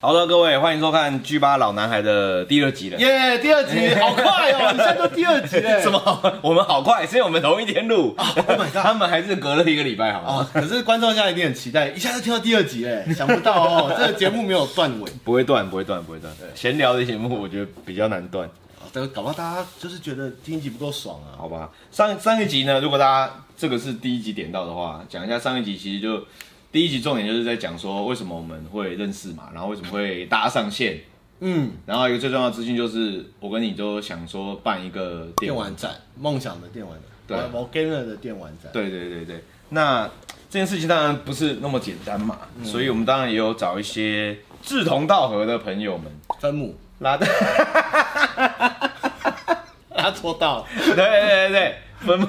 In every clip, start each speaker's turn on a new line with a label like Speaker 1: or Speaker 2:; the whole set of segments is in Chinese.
Speaker 1: 好的，各位，欢迎收看《G 八老男孩》的第二集了。
Speaker 2: 耶、第二集好快 哦，你现在都第二集了，
Speaker 1: 什么？ 我们好快，是因为我们同一天录。
Speaker 2: 啊
Speaker 1: 他们还是隔了一个礼拜，好吗？
Speaker 2: ，Oh 哦，可是观众现在一定很期待，一下就听到第二集 哎，想不到哦，这个节目没有断尾，
Speaker 1: 不会断，不会断，不会断。闲聊的节目，我觉得比较难断，
Speaker 2: 哦但搞不好大家就是觉得听一集不够爽啊。
Speaker 1: 好吧？上上一集呢，如果大家这个是第一集点到的话，讲一下上一集，其实就第一集重点就是在讲说为什么我们会认识嘛，然后为什么会搭上线，
Speaker 2: 嗯，
Speaker 1: 然后一个最重要的资讯就是我跟你都想说办一个
Speaker 2: 电玩展，梦想的电玩展，
Speaker 1: 对
Speaker 2: 我 gamer 的电玩展，
Speaker 1: 对对对对，那这件事情当然不是那么简单嘛，
Speaker 2: 嗯
Speaker 1: 所以我们当然也有找一些志同道合的朋友们
Speaker 2: 分母，
Speaker 1: 拉 的，
Speaker 2: 他戳到，
Speaker 1: 对对对对，分母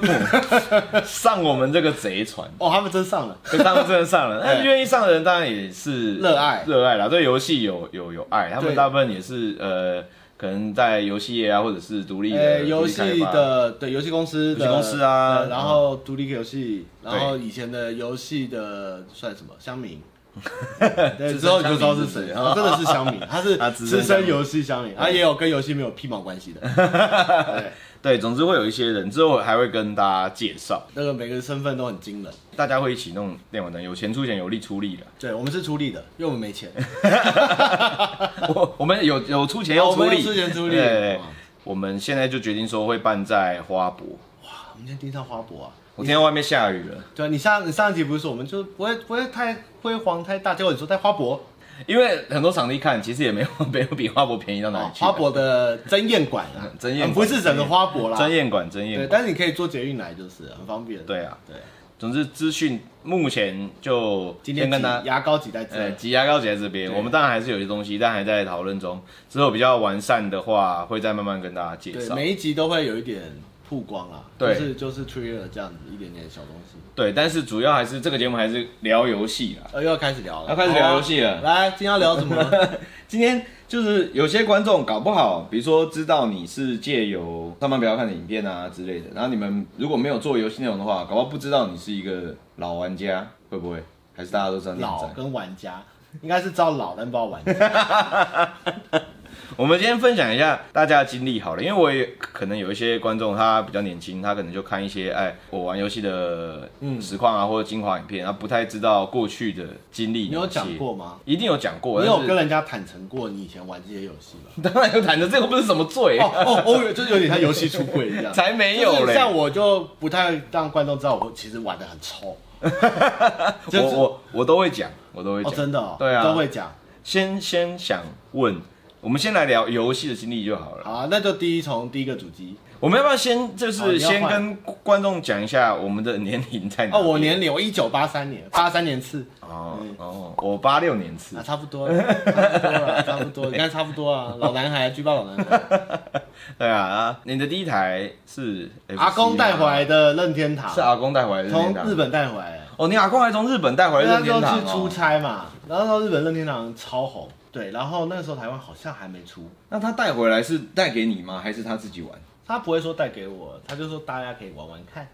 Speaker 1: 上我们这个贼船。
Speaker 2: 哦，他们真上了，
Speaker 1: 就他们真的上了，但是愿意上的人当然也是
Speaker 2: 哎热爱
Speaker 1: 热爱啦，对游戏有有有爱，他们
Speaker 2: 对
Speaker 1: 大部分也是呃，可能在游戏业啊，或者是独立
Speaker 2: 呃，
Speaker 1: 的
Speaker 2: 游
Speaker 1: 独立
Speaker 2: 戏
Speaker 1: 开发
Speaker 2: 的对游戏公司
Speaker 1: 游
Speaker 2: 的
Speaker 1: 戏公司啊
Speaker 2: 对然后独立游戏，
Speaker 1: 对
Speaker 2: 然后以前的游戏的算什么 乡民，对，之后你就知道是谁，
Speaker 1: 乡民
Speaker 2: 啊真的是乡民， 他是
Speaker 1: 啊资深
Speaker 2: 资深游戏乡民，他也有跟游戏没有屁毛关系的，对，
Speaker 1: 对，总之会有一些人，之后还会跟大家介绍，
Speaker 2: 那个每个身份都很惊人。
Speaker 1: 大家会一起弄电玩的，有钱出钱，有力出力的。
Speaker 2: 对我们是出力的，因为我们 没钱，
Speaker 1: 我我们有有出钱要
Speaker 2: 哦我
Speaker 1: 出
Speaker 2: 们
Speaker 1: 力，
Speaker 2: 有出钱出力哦
Speaker 1: 对对对
Speaker 2: 哇
Speaker 1: 我们现在就决定说会办在花博。
Speaker 2: 我们今天盯上花博啊。
Speaker 1: 我听到外面下雨了，
Speaker 2: 对，你上你上一集不是说我们就不会不会太辉煌太大，结果你说在花博，
Speaker 1: 因为很多场地看其实也没有没有比花博便宜到哪里去、
Speaker 2: 哦
Speaker 1: 啊
Speaker 2: 花博的 真艳馆啊，
Speaker 1: 真艳馆
Speaker 2: 不是整个花博啦，
Speaker 1: 专业馆，专业
Speaker 2: 对，
Speaker 1: 馆。
Speaker 2: 但是你可以坐捷运来，就是很方便。
Speaker 1: 对啊，
Speaker 2: 对，
Speaker 1: 总之资讯目前就
Speaker 2: 今天
Speaker 1: 先跟大
Speaker 2: 挤
Speaker 1: 家。
Speaker 2: 牙膏挤在这
Speaker 1: 呃，
Speaker 2: 儿，
Speaker 1: 挤牙膏姐这边，
Speaker 2: 对
Speaker 1: 我们当然还是有些东西，但还在讨论中。之后比较完善的话，会再慢慢跟大家介
Speaker 2: 对，
Speaker 1: 绍。
Speaker 2: 每一集都会有一点曝光啦，
Speaker 1: 对
Speaker 2: 就是就是 trailer 这样子一点点小东西。
Speaker 1: 对，但是主要还是这个节目还是聊游戏啦。
Speaker 2: 呃，又要开始聊了，
Speaker 1: 要开始聊游戏了
Speaker 2: 好啊来，今天要 聊什么？
Speaker 1: 今天就是有些观众搞不好，比如说知道你是借由上班不要看的影片啊之类的，然后你们如果没有做游戏内容的话，搞不好不知道你是一个老玩家，会不会？还是大家都知道你很
Speaker 2: 老
Speaker 1: 宅？
Speaker 2: 跟玩家，应该是招老，但不知道玩 家。
Speaker 1: 我们今天分享一下大家的经历好了，因为我也可能有一些观众他比较年轻，他可能就看一些哎我玩游戏的实况啊、或者精华影片，他不太知道过去的经历。
Speaker 2: 你有讲？过吗？
Speaker 1: 一定有讲过。
Speaker 2: 你有
Speaker 1: 但是
Speaker 2: 跟人家坦诚过你以前玩这些游戏 吗？
Speaker 1: 当然有谈的，这个不是什么罪，
Speaker 2: 哦哦，我有就是有点像游戏出轨一样。
Speaker 1: 才没有
Speaker 2: 就是
Speaker 1: 嘞。
Speaker 2: 像我就不太让观众知道我其实玩的很 臭。就是
Speaker 1: 我我我都会讲，我都会
Speaker 2: 哦，
Speaker 1: 讲。
Speaker 2: 真的哦，
Speaker 1: 对啊
Speaker 2: 都会讲。
Speaker 1: 先先想问，我们先来聊游戏的经历就好了。
Speaker 2: 好啊，那就第一从第一个主机
Speaker 1: 我们要不要先就
Speaker 2: 哦
Speaker 1: 是
Speaker 2: 你要换
Speaker 1: 先跟观众讲一下我们的年龄在哪
Speaker 2: 哦，
Speaker 1: 边？
Speaker 2: 我年龄我一九八三年，八三年次
Speaker 1: 哦
Speaker 2: 嗯
Speaker 1: 哦，我八六年次
Speaker 2: 啊，。差不多了，差不多了，差不多，你看差不多啊，老男孩，举报老男
Speaker 1: 哎
Speaker 2: 孩，
Speaker 1: 对啊啊，你的第一台是 FC 吗
Speaker 2: 阿公带回，来的任天堂
Speaker 1: 是，阿公带回来的任
Speaker 2: 从
Speaker 1: 天堂
Speaker 2: 日。本带回来的，
Speaker 1: 哦，你阿公还从日本带回来
Speaker 2: 那
Speaker 1: 任
Speaker 2: 时候
Speaker 1: 天堂
Speaker 2: 去出
Speaker 1: 哦。
Speaker 2: 差嘛，然后到日本任天堂超红，对，然后那时候台湾好像还没出，
Speaker 1: 那他带回来是带给你吗？还是他自己玩？
Speaker 2: 他不会说带给我，他就说大家可以玩玩看，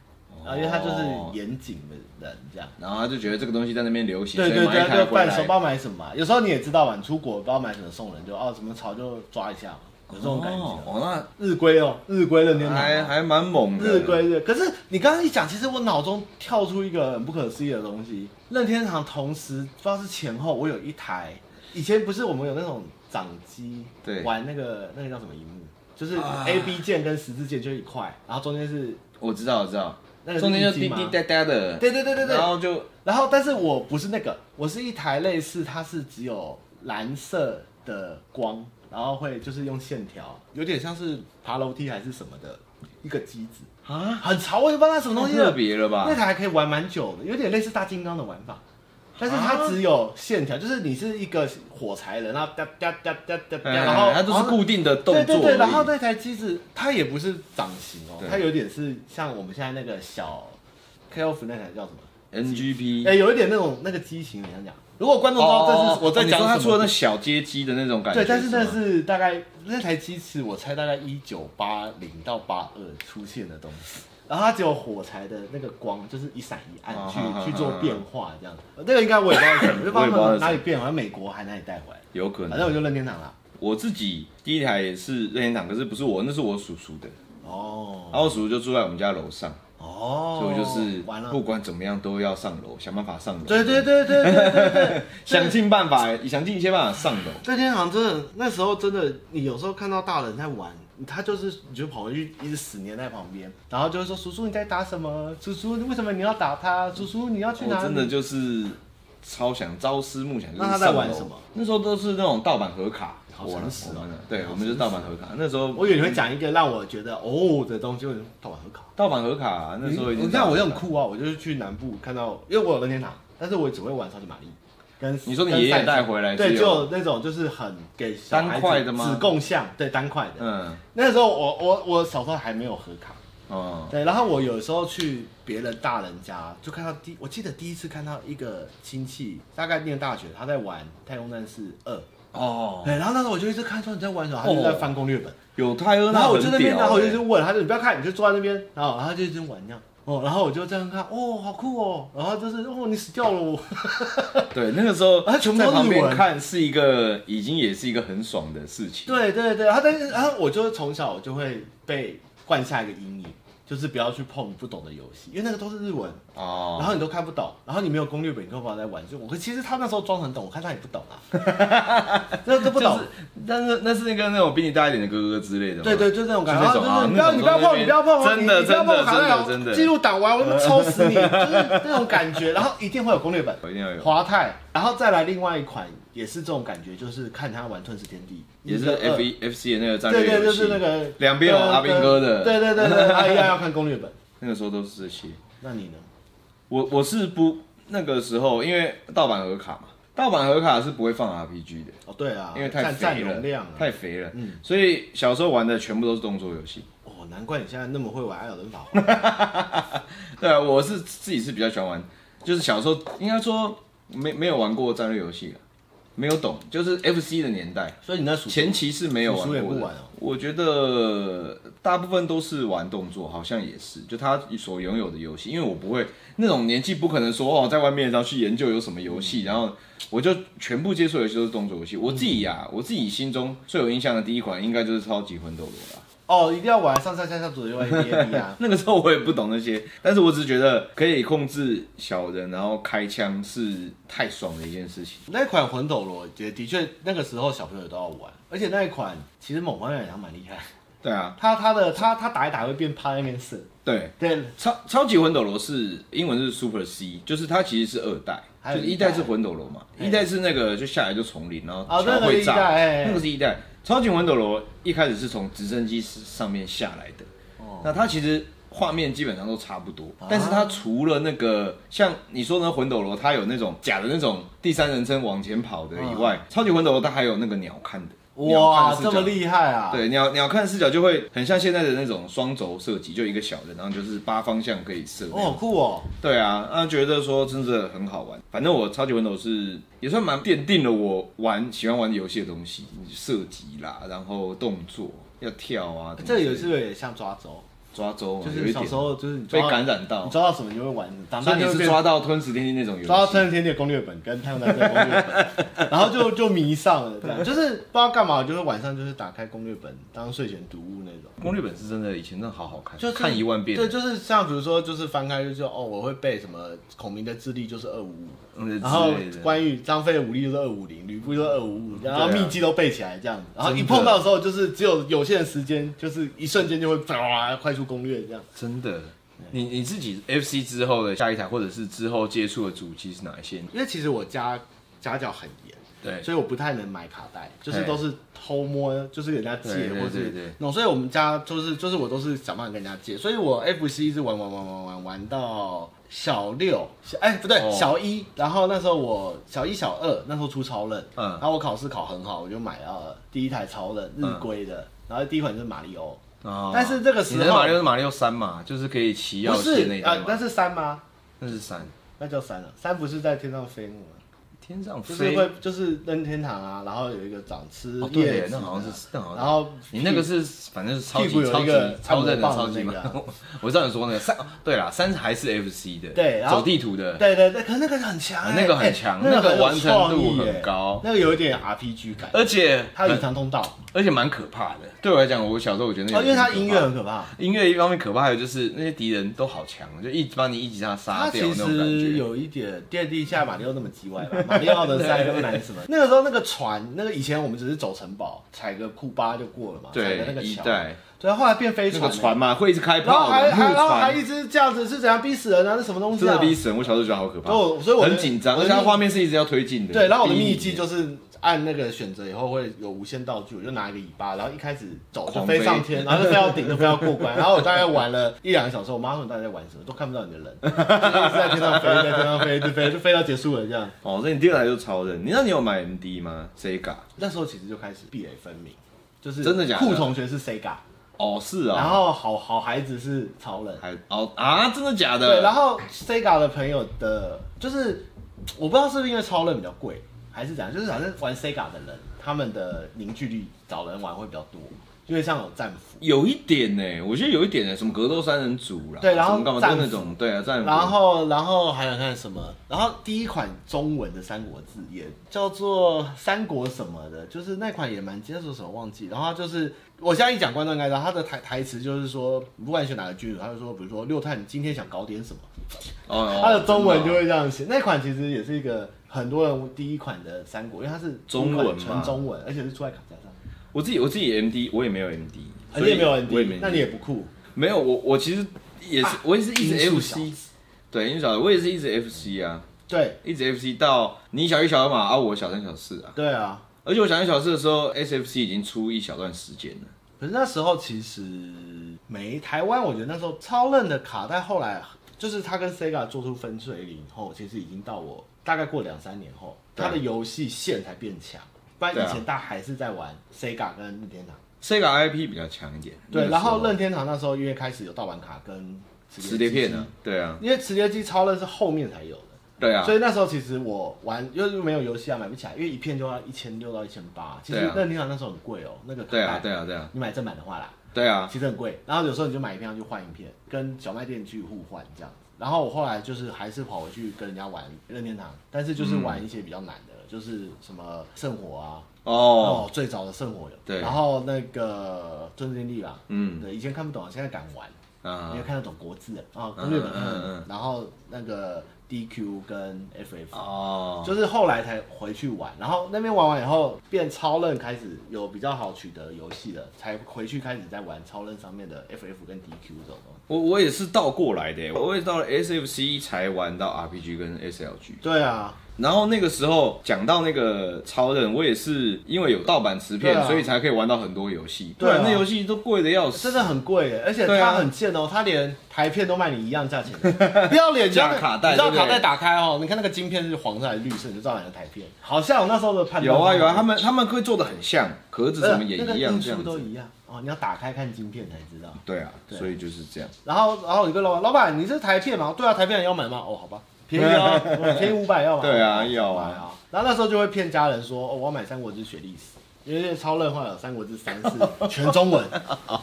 Speaker 2: 然后因为他
Speaker 1: 哦
Speaker 2: 就是严谨的人这样。
Speaker 1: 然后他就觉得这个东西在那边流行，
Speaker 2: 对
Speaker 1: 所
Speaker 2: 对
Speaker 1: 以买
Speaker 2: 对，
Speaker 1: 一
Speaker 2: 就
Speaker 1: 台回
Speaker 2: 办手
Speaker 1: 来。
Speaker 2: 包买什么嘛，有时候你也知道嘛，你出国不知道买什么送人，就哦什么草就抓一下嘛，有这种感
Speaker 1: 哦
Speaker 2: 觉。
Speaker 1: 哦，
Speaker 2: 日规哦，日规任天
Speaker 1: 那
Speaker 2: 堂
Speaker 1: 还
Speaker 2: 哦，
Speaker 1: 还蛮猛的。
Speaker 2: 日规日。可是你刚刚一讲，其实我脑中跳出一个很不可思议的东西，任天堂同时不知道是前后，我有一台，以前不是我们有那种掌机，
Speaker 1: 对
Speaker 2: 玩那个那个叫什么荧幕，就是
Speaker 1: 啊
Speaker 2: A B 键跟十字键就一块，然后中间是
Speaker 1: 我知道，我知道。
Speaker 2: 那个是
Speaker 1: 中间就
Speaker 2: 立
Speaker 1: 滴
Speaker 2: 机吗
Speaker 1: 滴答答的，
Speaker 2: 对对对对对，
Speaker 1: 然后就
Speaker 2: 然后，但是我不是那个，我是一台类似，它是只有蓝色的光，然后会就是用线条，有点像是爬楼梯还是什么的一个机子，
Speaker 1: 啊，
Speaker 2: 很潮，我也不知道它什么东
Speaker 1: 太
Speaker 2: 西
Speaker 1: 特
Speaker 2: 了。
Speaker 1: 别了吧
Speaker 2: 那？台还可以玩蛮久的，有点类似大金刚的玩法，但是它只有线条，就是你是一个火柴人，然后哒哒哒哒哒哒，
Speaker 1: 哎
Speaker 2: 然后
Speaker 1: 它都是固定的动作而已。
Speaker 2: 对对对，然后那台机子它也不是掌型哦
Speaker 1: 对，
Speaker 2: 它有点是像我们现在那个小 KOF 那台叫什么？
Speaker 1: NGP
Speaker 2: 哎、有一点那种那个激情，你想讲？如果观众知道这是我在讲什
Speaker 1: 哦你
Speaker 2: 么，
Speaker 1: 说他出的那小街机的那种感觉，
Speaker 2: 对，但是那
Speaker 1: 吗
Speaker 2: 是大概那台机器，我猜大概一九八零到八二出现的东西，然后它只有火柴的那个光，就是一闪一暗
Speaker 1: 啊
Speaker 2: 去、
Speaker 1: 哈哈哈
Speaker 2: 去做变化这样。呃那个应该我也不知道是什么，就不知
Speaker 1: 我也不知道
Speaker 2: 道
Speaker 1: 是什么
Speaker 2: 哪里变，好像美国还哪里带回来，
Speaker 1: 有可
Speaker 2: 反正
Speaker 1: 能。
Speaker 2: 我就任天堂啦。
Speaker 1: 我自己第一台也是任天堂，可是不是我，那是我叔叔的。
Speaker 2: 哦
Speaker 1: 然后我叔叔就住在我们家楼上，
Speaker 2: 哦，
Speaker 1: 所以我就是
Speaker 2: 完了
Speaker 1: 不。管怎么样都要上楼，想办法上楼。
Speaker 2: 对对对对对对对对，
Speaker 1: 想尽办法，想尽一切办法上楼。
Speaker 2: 任天堂真的那时候真的，你有时候看到大人在玩，他就是你就跑回去一直死黏在旁边，然后就会说：“叔叔你在打什么？叔叔为什么你要打他？叔叔你要去
Speaker 1: 我
Speaker 2: 哪里？”
Speaker 1: 真的就是超想朝思暮想，就是
Speaker 2: 那他在
Speaker 1: 上
Speaker 2: 玩
Speaker 1: 楼
Speaker 2: 什么？
Speaker 1: 那时候都是那种盗版盒卡，
Speaker 2: 好
Speaker 1: 我
Speaker 2: 神奇哦
Speaker 1: 我们的对，
Speaker 2: 好
Speaker 1: 我们就是盗版盒卡。那时候
Speaker 2: 我以为你会讲一个让我觉得哦的东西，我就盗版很卡。
Speaker 1: 盗版盒卡、那时候已经
Speaker 2: 你看我就很酷啊，我就是去南部看到，因为我有任天堂，但是我只会玩超级玛丽。跟
Speaker 1: 你说你爷爷带回来
Speaker 2: 对，
Speaker 1: 是有
Speaker 2: 就那种就是很给小孩
Speaker 1: 单
Speaker 2: 子
Speaker 1: 块的吗
Speaker 2: 子供像，对单块的。
Speaker 1: 嗯
Speaker 2: 那时候我我我小时候还没有盒卡，
Speaker 1: 哦
Speaker 2: 对，然后我有时候去别人大人家，就看到第，我记得第一次看到一个亲戚，大概念大学，他在玩《太空战士二》，
Speaker 1: 哦，
Speaker 2: 对，然后那时候我就一直看说你在玩什么，他就在翻攻略本，
Speaker 1: 有泰勒
Speaker 2: 然
Speaker 1: 那
Speaker 2: 后我
Speaker 1: 很
Speaker 2: 就
Speaker 1: 屌、
Speaker 2: 在那边，
Speaker 1: 欸，
Speaker 2: 然后我就一直问，他就你不要看，你就坐在那边，然后然后他就一直玩这样，哦，然后我就这样看，哦，好酷哦，然后就是哦，你死掉了哦，
Speaker 1: 对那个时候，
Speaker 2: 啊全部
Speaker 1: 在
Speaker 2: 都
Speaker 1: 旁
Speaker 2: 日
Speaker 1: 边
Speaker 2: 文
Speaker 1: 看是一个已经也是一个很爽的事情。
Speaker 2: 对对对，他但是然后我就是从小我就会被灌下一个阴影，就是不要去碰不懂的游戏，因为那个都是日文，
Speaker 1: 哦，
Speaker 2: 然后你都看不懂，然后你没有攻略本，你都不知道在玩。就我其实他那时候装很懂，我看他也不懂啊，那都不懂。
Speaker 1: 就是但是那是那个那种比你大一点的哥哥之类的嘛，
Speaker 2: 对对，就是那种感觉，
Speaker 1: 就
Speaker 2: 然
Speaker 1: 那
Speaker 2: 后
Speaker 1: 种
Speaker 2: 就是
Speaker 1: 啊
Speaker 2: 你不要
Speaker 1: 那种
Speaker 2: 你不要
Speaker 1: 在那
Speaker 2: 碰，
Speaker 1: 边真
Speaker 2: 你不要碰我，
Speaker 1: 的
Speaker 2: 你不要碰我，
Speaker 1: 真的
Speaker 2: 卡
Speaker 1: 真的真的
Speaker 2: 记录挡完我他妈抽死你，就是那种感觉。然后一定会有攻略本，
Speaker 1: 我一定要有
Speaker 2: 华泰，然后再来另外一款也是这种感觉，就是看他玩《吞噬天地》，
Speaker 1: 也是
Speaker 2: 一个二
Speaker 1: F 一 F C 的那个战略
Speaker 2: 对
Speaker 1: 游戏，
Speaker 2: 对，就是那个
Speaker 1: 两边有阿兵哥的
Speaker 2: 对对对对，他一样要看攻略本。
Speaker 1: 那个时候都是这些。
Speaker 2: 那你呢？
Speaker 1: 我我是不那个时候，因为盗版盒卡嘛，盗版盒卡是不会放 RPG 的，
Speaker 2: 哦，对啊，
Speaker 1: 因为太
Speaker 2: 占
Speaker 1: 肥
Speaker 2: 占
Speaker 1: 了，
Speaker 2: 容量啊，
Speaker 1: 太肥了。
Speaker 2: 嗯
Speaker 1: 所以小时候玩的全部都是动作游戏。
Speaker 2: 哦，难怪你现在那么会玩艾尔登法环。
Speaker 1: 对啊，我是自己是比较喜欢玩，就是小时候应该说没没有玩过战略游戏了，没有懂，就是 FC 的年代。
Speaker 2: 所以你那属
Speaker 1: 前期是没有玩
Speaker 2: 你叔
Speaker 1: 过
Speaker 2: 也不
Speaker 1: 的，
Speaker 2: 玩哦
Speaker 1: 我觉得大部分都是玩动作，好像也是，就他所拥有的游戏，因为我不会那种年纪，不可能说哦，在外面然后去研究有什么游
Speaker 2: 嗯
Speaker 1: 戏，然后我就全部接触的游戏都是动作游戏。我自己
Speaker 2: 嗯
Speaker 1: 呀、我自己心中最有印象的第一款应该就是超级魂斗罗啦。！
Speaker 2: 哦，一定要玩上上下下左右 A B A B 啊
Speaker 1: 那个时候我也不懂那些，但是我只是觉得可以控制小人，然后开枪是太爽的一件事情。
Speaker 2: 那一款魂斗罗也的确那个时候小朋友都要玩，而且那一款其实某方面来讲蛮厉害，
Speaker 1: 对啊，
Speaker 2: 他他的他他打一打会变趴在那边射，
Speaker 1: 对，
Speaker 2: 对，
Speaker 1: 超超级魂斗罗是英文是 Super C，就是它其实是二代，
Speaker 2: 还有
Speaker 1: 就是一
Speaker 2: 一代
Speaker 1: 代是魂斗罗嘛，
Speaker 2: 嘿
Speaker 1: 一代是那个就下来就丛林，然后
Speaker 2: 哦
Speaker 1: 桥会炸，
Speaker 2: 那个是一代哎
Speaker 1: 那个是一代。超级魂斗罗一开始是从直升机上面下来的，
Speaker 2: 哦
Speaker 1: 那它其实画面基本上都差不多，
Speaker 2: 啊
Speaker 1: 但是它除了那个像你说的魂斗罗，它有那种假的那种第三人称往前跑的以外，超级魂斗罗它还有那个鸟看的，鸟看
Speaker 2: 啊哇，
Speaker 1: 视角
Speaker 2: 这么厉害啊！，
Speaker 1: 对，鸟鸟看视角就会很像现在的那种双轴射击，就一个小人，然后就是八方向可以射那
Speaker 2: 哦，
Speaker 1: 种。
Speaker 2: 好酷哦！
Speaker 1: 对啊，那觉得说真的很好玩。反正我超级魂斗是也算蛮奠定了我玩喜欢玩游戏的东西，射击啦，然后动作要跳啊。
Speaker 2: 哎这个游
Speaker 1: 也
Speaker 2: 戏是不是也像抓周，
Speaker 1: 抓周嘛，啊
Speaker 2: 就是
Speaker 1: 哦有一
Speaker 2: 小
Speaker 1: 点
Speaker 2: 时候就是你
Speaker 1: 被
Speaker 2: 抓到
Speaker 1: 感染到
Speaker 2: 你，抓到什么你就会玩，长
Speaker 1: 所
Speaker 2: 大
Speaker 1: 以
Speaker 2: 就
Speaker 1: 你
Speaker 2: 会
Speaker 1: 是
Speaker 2: 变
Speaker 1: 抓到吞食天地那种游戏。
Speaker 2: 抓到《吞天地》的攻略本跟《太阳战士》的攻略 本，然后就就迷上了，这样就是不知道干嘛，就是晚上就是打开攻略本当睡前读物那种。
Speaker 1: 攻略本是真的，以前真的好好看，
Speaker 2: 就是
Speaker 1: 看一万遍。
Speaker 2: 对，就是像比如说，就是翻开就是哦，我会背什么孔明的智力就是二五五，
Speaker 1: 嗯，
Speaker 2: 然后
Speaker 1: 之类的
Speaker 2: 关羽张飞的武力就是二五零，吕布就是二五五，然后
Speaker 1: 对啊
Speaker 2: 秘籍都背起来这样，然后一
Speaker 1: 真的
Speaker 2: 碰到的时候就是只有有限的时间，就是一瞬间就会啪快速攻略这样。
Speaker 1: 真的，你你自己 FC 之后的下一台，或者是之后接触的主机是哪一些？
Speaker 2: 因为其实我家家教很严，
Speaker 1: 对，
Speaker 2: 所以我不太能买卡带，就是
Speaker 1: 嘿
Speaker 2: 都是偷摸，就是给人家借
Speaker 1: 对对
Speaker 2: 或
Speaker 1: 对
Speaker 2: 是
Speaker 1: 对
Speaker 2: 那种，所以我们家就是就是我都是想办法跟人家借，所以我 FC 一直玩玩玩玩玩玩到小六，小哎、不对、
Speaker 1: 哦
Speaker 2: 小一，然后那时候我小一小二那时候出超人，
Speaker 1: 嗯
Speaker 2: 然后我考试考很好，我就买了第一台超人日
Speaker 1: 嗯
Speaker 2: 规的，然后第一款就是马里欧，
Speaker 1: 哦
Speaker 2: 但是这个时候
Speaker 1: 你的马六是马六三嘛，就是可以骑
Speaker 2: 不
Speaker 1: 药线
Speaker 2: 是
Speaker 1: 那
Speaker 2: 啊、
Speaker 1: 台嘛
Speaker 2: 那是三吗？啊
Speaker 1: 那是三，
Speaker 2: 那叫三了，三不是在天上飞吗？啊
Speaker 1: 天上
Speaker 2: 就
Speaker 1: 飞
Speaker 2: 是会就是任天堂啊，然后有一个长吃
Speaker 1: 哦，
Speaker 2: 叶
Speaker 1: 对
Speaker 2: 子，的啊
Speaker 1: 那好像是，那好像是
Speaker 2: 然后
Speaker 1: 你那个是反正是超
Speaker 2: 屁股
Speaker 1: 级
Speaker 2: 有
Speaker 1: 超级
Speaker 2: 一个
Speaker 1: 超
Speaker 2: 按摩
Speaker 1: 正的
Speaker 2: 棒的
Speaker 1: 超级嘛
Speaker 2: 那个啊，
Speaker 1: 我知道你说那个三，对啦，三还是 FC 的，
Speaker 2: 对然后
Speaker 1: 走地图的，
Speaker 2: 对对对，可是那个很强欸、
Speaker 1: 啊那个很强
Speaker 2: 欸那
Speaker 1: 那个
Speaker 2: 很有
Speaker 1: 完成度
Speaker 2: 创意欸
Speaker 1: 很高呃
Speaker 2: 那个有一点 RPG 感，
Speaker 1: 而且
Speaker 2: 它有
Speaker 1: 很
Speaker 2: 隐藏通道，
Speaker 1: 而且蛮可怕的。对我来讲，我小时候我觉得那个
Speaker 2: 哦，因为它
Speaker 1: 很可怕
Speaker 2: 音乐很可怕，
Speaker 1: 音乐一方面可怕，还有就是那些敌人都好强，就一直把你一击他杀
Speaker 2: 它
Speaker 1: 掉
Speaker 2: 其
Speaker 1: 那种感
Speaker 2: 实
Speaker 1: 觉。
Speaker 2: 有一点电地下马里奥那么叽歪吧， 马里奥的塞都难 什么？那个时候那个船，那个以前我们只是走城堡，踩个库巴就过了嘛，踩个那
Speaker 1: 对，
Speaker 2: 个
Speaker 1: 一
Speaker 2: 桥，
Speaker 1: 代
Speaker 2: 对，后来变飞
Speaker 1: 那
Speaker 2: 船、
Speaker 1: 个船
Speaker 2: 欸
Speaker 1: 嘛，会一直开
Speaker 2: 然后
Speaker 1: 炮
Speaker 2: 还
Speaker 1: 的木
Speaker 2: 还然后还
Speaker 1: 船
Speaker 2: 一，直这样子是怎样逼死人啊？那什么东西
Speaker 1: 真
Speaker 2: 啊
Speaker 1: 的？逼死人！我小时候觉得好可怕，
Speaker 2: 然后哦我所以我的
Speaker 1: 很紧张，
Speaker 2: 我
Speaker 1: 而
Speaker 2: 的
Speaker 1: 且它画面是一直要推进的。
Speaker 2: 对，然后我的秘
Speaker 1: 第一
Speaker 2: 技
Speaker 1: 集
Speaker 2: 就是按那个选择以后会有无限道具，我就拿一个尾巴，然后一开始走就
Speaker 1: 狂
Speaker 2: 飞
Speaker 1: 飞
Speaker 2: 上天，然后就飞到顶，就飞到过 关，然后我大概玩了一两个小时，我妈说你到底在玩什么，都看不到你的人，就一直在天上飞，在天上飞，一直飞，就飞到结束了这样。
Speaker 1: 哦，所以你第二台就是超人。你知道你有买 MD 吗？Sega。
Speaker 2: 那时候其实就开始壁垒分明，就是
Speaker 1: 真的假的
Speaker 2: 酷同学是 Sega，
Speaker 1: 哦，是
Speaker 2: 然
Speaker 1: 啊、
Speaker 2: 后好好孩子是超人，
Speaker 1: 还哦啊，真的假的？
Speaker 2: 对，然后 Sega 的朋友的，就是我不知道是不是因为超人比较贵，还是怎样，就是反正玩 Sega 的人，他们的凝聚力找人玩会比较多，因为像有战斧，
Speaker 1: 有一点呢、我觉得有一点呢、什么格斗三人组啦，
Speaker 2: 对然后
Speaker 1: 什么干嘛
Speaker 2: 战
Speaker 1: 都那种，对啊，战斧
Speaker 2: 然后然后还有看什么，然后第一款中文的三国志也叫做三国什么的，就是那款也蛮接受什么忘记，然后它就是我现在一讲观众应该知道，他的台台词就是说，不管选哪个君主，他就说，比如说六探你今天想搞点什么。
Speaker 1: 哦，哦
Speaker 2: 它的中文
Speaker 1: 真
Speaker 2: 就
Speaker 1: 的哦
Speaker 2: 会这样写。那款其实也是一个很多人第一款的三国，因为它是
Speaker 1: 中文嘛
Speaker 2: 纯中文，而且是出在卡夹上，
Speaker 1: 我自己我自己 MD 我也没有 MD，
Speaker 2: 而且没有
Speaker 1: 我也没
Speaker 2: ND，那你也不酷。
Speaker 1: 没有我我其实也是、
Speaker 2: 啊
Speaker 1: 我也是一直
Speaker 2: 音速小
Speaker 1: FC，对，因为小的我也是一直 FC 啊，
Speaker 2: 对
Speaker 1: 一直 FC 到你小一小二嘛，啊我小三小四啊，
Speaker 2: 对啊，
Speaker 1: 而且我小一小四的时候 SFC 已经出一小段时间了，
Speaker 2: 可是那时候其实没台湾，我觉得那时候超嫩的卡带，后来就是它跟 Sega 做出分水岭以后，其实已经到我大概过两三年后，
Speaker 1: 对
Speaker 2: 它的游戏线才变强。不然
Speaker 1: 对啊
Speaker 2: 以前大家还是在玩 Sega 跟任天堂，
Speaker 1: Sega IP 比较强一点，那
Speaker 2: 对，
Speaker 1: 个
Speaker 2: 然
Speaker 1: 时
Speaker 2: 后
Speaker 1: 候
Speaker 2: 任天堂那时候因为开始有盗版卡跟
Speaker 1: 磁碟片
Speaker 2: 机
Speaker 1: 呢，对啊
Speaker 2: 因为磁碟机超乐是后面才有的，
Speaker 1: 对啊
Speaker 2: 所，以那时候其实我玩因为没有游戏啊，买不起来，因为一片就要一千六到一千八，其实
Speaker 1: 对啊
Speaker 2: 任天堂那时候很贵哦、那个卡
Speaker 1: 对啊
Speaker 2: 带，
Speaker 1: 对啊对啊
Speaker 2: 你买正版的话啦，
Speaker 1: 对啊，
Speaker 2: 其实很贵，然后有时候你就买一片去换一片，跟小卖店去互换这样子。然后我后来就是还是跑回去跟人家玩任天堂，但是就是玩一些比较难的，就是什么圣火啊，
Speaker 1: 哦，
Speaker 2: 哦，最早的圣火有，
Speaker 1: 对
Speaker 2: 然后那个尊天力啦，
Speaker 1: 嗯
Speaker 2: 对，以前看不懂，现在敢玩，
Speaker 1: 啊
Speaker 2: 你会，看得懂国字啊，攻略本看得懂
Speaker 1: 嗯嗯嗯
Speaker 2: 然后那个 DQ 跟 FF，、
Speaker 1: 哦，
Speaker 2: 就是后来才回去玩，然后那边玩完以后变超任开始有比较好取得游戏了，才回去开始在玩超任上面的 FF 跟 DQ 这种东西。
Speaker 1: 我我也是倒过来的耶，我也到了 SFC 才玩到 RPG 跟 SLG。
Speaker 2: 对啊，
Speaker 1: 然后那个时候讲到那个超人，我也是因为有盗版磁片，
Speaker 2: 对啊
Speaker 1: 所以才可以玩到很多游戏，不
Speaker 2: 对啊
Speaker 1: 然那游戏都贵的要死。
Speaker 2: 真的很贵耶，而且
Speaker 1: 对
Speaker 2: 它
Speaker 1: 啊
Speaker 2: 很贱哦，它连台片都卖你一样价钱， 不要脸
Speaker 1: 加
Speaker 2: 你知道
Speaker 1: 卡带
Speaker 2: 你知
Speaker 1: 对
Speaker 2: 道
Speaker 1: 不对
Speaker 2: 卡带打开哦，你看那个晶片是黄色还是绿色，你就知道哪个台片。好像我那时候的判断
Speaker 1: 有啊有啊，他
Speaker 2: 们
Speaker 1: 们他们会做的很像，壳子什么也一样这样
Speaker 2: 都
Speaker 1: 子。
Speaker 2: 一样哦，你要打开看晶片才知道。
Speaker 1: 对啊，
Speaker 2: 对
Speaker 1: 所以就是这样。
Speaker 2: 然后，然后你跟老板，老板，你是台片吗？对啊，台片要买吗？哦，好吧，便宜啊，便宜五百要买。
Speaker 1: 对啊
Speaker 2: 哦
Speaker 1: 要
Speaker 2: 买
Speaker 1: 啊
Speaker 2: 啊。然后那时候就会骗家人说，哦，我要买《三国志》学历史，因为超热话有《三国志》三 四全中文。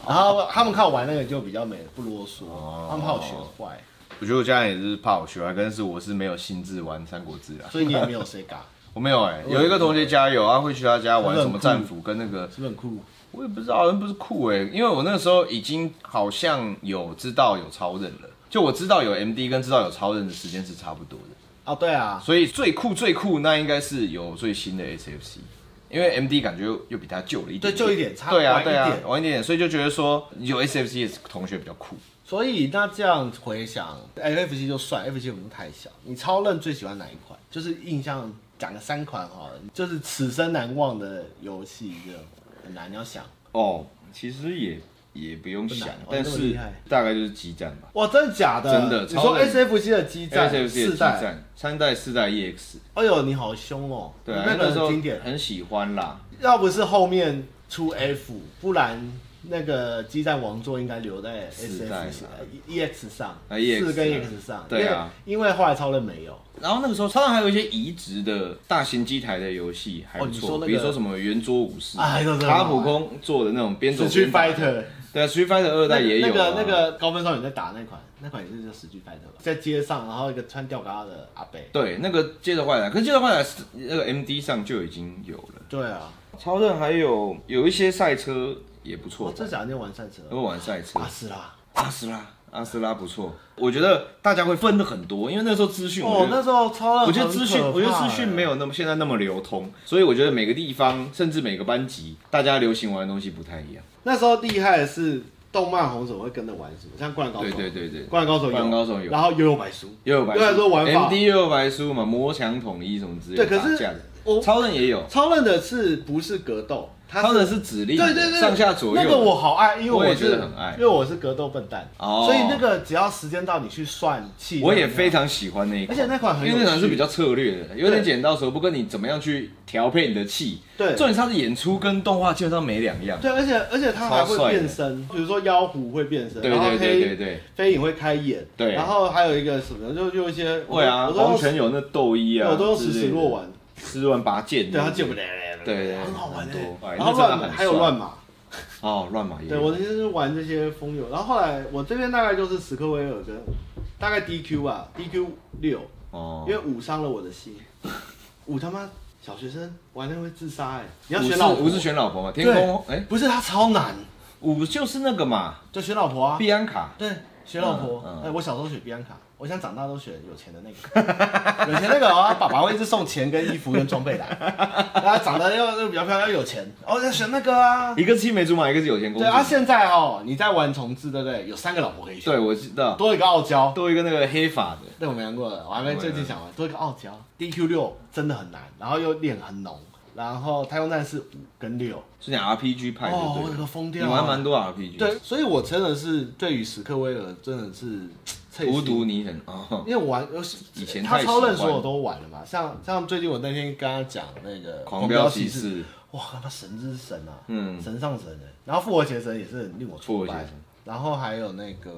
Speaker 2: 然后他们看我玩那个就比较美，不啰嗦，
Speaker 1: 哦
Speaker 2: 他们怕我学坏，
Speaker 3: 我觉得我家人也是怕我学坏，但是我是没有兴致玩《三国志》啊。
Speaker 2: 所以你也没有 Sega，
Speaker 3: 我没有哎、有一个同学家有啊，会去他家玩
Speaker 2: 真的
Speaker 3: 什
Speaker 2: 很
Speaker 3: 么战斧跟那个，
Speaker 2: 是不是很酷？
Speaker 3: 我也不知道，好像不是酷哎、因为我那时候已经好像有知道有超人了，就我知道有 MD 跟知道有超人的时间是差不多的，
Speaker 2: 哦，对啊，
Speaker 3: 所以最酷最酷那应该是有最新的 SFC。因为 M D 感觉又又比他旧了一点
Speaker 2: 对
Speaker 3: 点，
Speaker 2: 旧一点差
Speaker 3: 对啊
Speaker 2: 晚一
Speaker 3: 对啊
Speaker 2: 点，
Speaker 3: 晚一点点，所以就觉得说有 S F C 的同学比较酷。
Speaker 2: 所以那这样回想，FFC 就算 FFC 我们太小，你超任最喜欢哪一款？就是印象讲个三款好了，就是此生难忘的游戏，这种很难，你要想。
Speaker 1: 哦，其实也也不用想
Speaker 2: 不难哦，
Speaker 1: 但
Speaker 2: 这么厉
Speaker 1: 是
Speaker 2: 害
Speaker 1: 大概就是激战吧。
Speaker 2: 哇，真的假的？
Speaker 1: 真的
Speaker 2: 你
Speaker 1: 超
Speaker 2: 说
Speaker 1: 任
Speaker 2: SFC 的激战
Speaker 1: SFC 的
Speaker 2: 四
Speaker 1: 激
Speaker 2: 代，
Speaker 1: 战，三代、四代 EX，
Speaker 2: 哎呦，你好凶哦！
Speaker 1: 对啊，
Speaker 2: 那
Speaker 1: 那
Speaker 2: 个
Speaker 1: 时候
Speaker 2: 很经典。
Speaker 1: 很喜欢啦。
Speaker 2: 要不是后面出 F，不然那个激战王座应该留在 S
Speaker 1: 四代
Speaker 2: S
Speaker 1: 嘛
Speaker 2: E X 上，
Speaker 1: 啊，EX
Speaker 2: 四跟 E
Speaker 1: 啊
Speaker 2: X 上，
Speaker 1: 对啊
Speaker 2: 因为，因为后来超人没有，
Speaker 1: 然后那个时候，超常还有一些移植的大型机台的游戏还不
Speaker 2: 哦你说
Speaker 1: 错，
Speaker 2: 那个
Speaker 1: 比如说什么圆桌武士、
Speaker 3: 啊
Speaker 2: 哎那真的
Speaker 1: 卡
Speaker 2: 好玩
Speaker 1: 普空做的那种边走
Speaker 2: 死去
Speaker 1: 边打
Speaker 2: Fighter
Speaker 1: 对啊，Street Fighter 二代也有、啊
Speaker 2: 那个那个高分少女在打那款，那款也是叫死去 Fighter 吧，在街上，然后一个穿吊嘎的阿贝，
Speaker 1: 对，那个接着坏来，可是接着坏来是那个 MD 上就已经有了。
Speaker 2: 对啊，
Speaker 1: 超任还有有一些赛车也不错
Speaker 2: 我，哦这两天玩赛车，啊
Speaker 1: 都玩赛车
Speaker 2: 阿，斯拉，
Speaker 1: 阿斯拉阿斯拉不错，我觉得大家会分的很多，因为那时候资讯我
Speaker 2: 哦
Speaker 1: 觉，得
Speaker 2: 那时候超人，
Speaker 1: 我觉得资讯，
Speaker 2: 欸
Speaker 1: 我觉得资讯没。有那么现在那么流通，所以我觉得每个地方甚至每个班级，大家流行玩的东西不太一样。
Speaker 2: 那时候厉害的是动漫红手会跟着玩什么，像《灌篮高手》，
Speaker 1: 对对对对，
Speaker 2: 灌篮高手有，
Speaker 1: 灌篮高手有
Speaker 2: 然后悠悠白书，
Speaker 1: 又有白
Speaker 2: 对说
Speaker 1: 书
Speaker 2: 玩法
Speaker 1: ，MD 又有白书嘛，魔墙统一什么之类的，
Speaker 2: 对，可
Speaker 1: 打架
Speaker 2: 是
Speaker 1: 的
Speaker 2: 我
Speaker 1: 超人也有，
Speaker 2: 超人的是不是格斗？他
Speaker 1: 超人是指令，
Speaker 2: 对对对，
Speaker 1: 上下左右，
Speaker 2: 那个我好爱，因为
Speaker 1: 我也
Speaker 2: 是
Speaker 1: 觉得很爱
Speaker 2: 因为我是格斗笨蛋，
Speaker 1: 哦
Speaker 2: 所以那个只要时间到，你去算气量，
Speaker 1: 我也非常喜欢那一款，
Speaker 2: 而且那款很有
Speaker 1: 因为那款是
Speaker 2: 趣
Speaker 1: 比较策略的，有点剪刀手不跟你怎么样去调配你的气。
Speaker 2: 对
Speaker 1: 重点是它的演出跟动画基本上没两样。
Speaker 2: 对，而且而且他还会
Speaker 1: 超帅的
Speaker 2: 变身，比如说妖狐会变身，
Speaker 1: 对
Speaker 2: 然后
Speaker 1: 对对对
Speaker 2: 黑
Speaker 1: 对，
Speaker 2: 飞影会开眼，
Speaker 1: 对
Speaker 2: 然后还有一个什么，就就一些，我
Speaker 1: 会啊，
Speaker 2: 我都
Speaker 1: 黄泉有那斗衣啊，
Speaker 2: 我都
Speaker 1: 之类
Speaker 2: 实
Speaker 1: 的
Speaker 2: 时落，完，
Speaker 1: 吃完拔剑，
Speaker 2: 对他见不
Speaker 1: 了。
Speaker 2: 得，
Speaker 1: 对对对
Speaker 2: 很好玩
Speaker 1: 很
Speaker 2: 的
Speaker 1: 多哎，
Speaker 2: 然
Speaker 1: 那
Speaker 2: 后
Speaker 1: 真的
Speaker 2: 乱码
Speaker 1: 很
Speaker 2: 还有
Speaker 1: 帅
Speaker 2: 乱码，
Speaker 1: 哦，乱码也有
Speaker 2: 对我就是玩这些风友，然后后来我这边大概就是史克威尔跟大概 DQ 啊，DQ 六，
Speaker 1: 哦
Speaker 2: 因，为五伤了我的心，五他妈小学生玩那会自杀哎、你要
Speaker 1: 五
Speaker 2: 选
Speaker 1: 是
Speaker 2: 老婆，
Speaker 1: 五是选老婆嘛？天空
Speaker 2: 对
Speaker 1: 哎，
Speaker 2: 不是他超难，
Speaker 1: 五就是那个嘛，
Speaker 2: 就选老婆啊，
Speaker 1: 碧安卡。
Speaker 2: 对，选老婆，哎、
Speaker 1: 嗯嗯
Speaker 2: 我小时候选碧安卡，我想长大都选有钱的那个，有钱那个啊，爸爸会一直送钱跟衣服跟装备来，然后长得又又比较漂亮又有钱，哦，要选那个啊。
Speaker 1: 一个是青梅竹马，一个是有钱公
Speaker 2: 对
Speaker 1: 主。
Speaker 2: 啊，现在哦，你在玩重置，对不对？有三个老婆可以选，
Speaker 1: 对，我知道，
Speaker 2: 多一个傲娇，
Speaker 1: 多一个那个黑发的，
Speaker 2: 对我没玩过的，我还没最近想玩，做一个傲娇。DQ 六真的很难，然后又练很浓，然后太空战士五跟六，
Speaker 1: 是讲 RPG 派的，
Speaker 2: 哦，我
Speaker 1: 对
Speaker 2: 有
Speaker 1: 了
Speaker 2: 个。疯
Speaker 1: 你
Speaker 2: 掉、啊，
Speaker 1: 玩蛮多 RPG，
Speaker 2: 对，，所以我真的是对于史克威尔真的是嘖
Speaker 1: 无毒，泥人哦
Speaker 2: 因，为我玩游戏
Speaker 1: 以前
Speaker 2: 他
Speaker 1: 太
Speaker 2: 超认
Speaker 1: 喜
Speaker 2: 所
Speaker 1: 欢
Speaker 2: 有都玩了嘛，像像最近我那天跟他讲那个
Speaker 1: 狂飙骑
Speaker 2: 骑，
Speaker 1: 士，
Speaker 2: 哇，他妈神之神啊，
Speaker 1: 嗯
Speaker 2: 神上神的，然后复活节神也是很令我
Speaker 1: 复
Speaker 2: 崇
Speaker 1: 活节
Speaker 2: 拜
Speaker 1: 神，
Speaker 2: 然后还有那个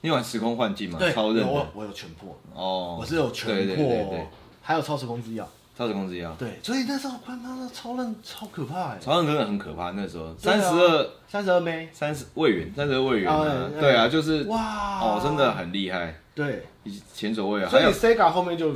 Speaker 1: 你玩时空幻境吗？
Speaker 2: 对，
Speaker 1: 超
Speaker 2: 有
Speaker 1: 认
Speaker 2: 我
Speaker 1: 的
Speaker 2: 我有全破。
Speaker 1: 哦，
Speaker 2: 我是有全
Speaker 1: 对对
Speaker 2: 破，
Speaker 1: 对对，
Speaker 2: 还有超时空之钥。
Speaker 1: 超时空之钥，
Speaker 2: 对，所以那时候官方的超任超可怕哎、
Speaker 1: 超人真的很可怕，那时候
Speaker 2: 啊
Speaker 1: 三十二、
Speaker 2: 三十二妹，
Speaker 1: 三十魏远、三十二魏远
Speaker 2: 啊
Speaker 1: 啊，
Speaker 2: 对
Speaker 1: 对啊，就是
Speaker 2: 哇，
Speaker 1: 哦，真的很厉害，
Speaker 2: 对，
Speaker 1: 前所未有。
Speaker 2: 所
Speaker 1: 还
Speaker 2: 以
Speaker 1: 有，
Speaker 2: Sega 后面就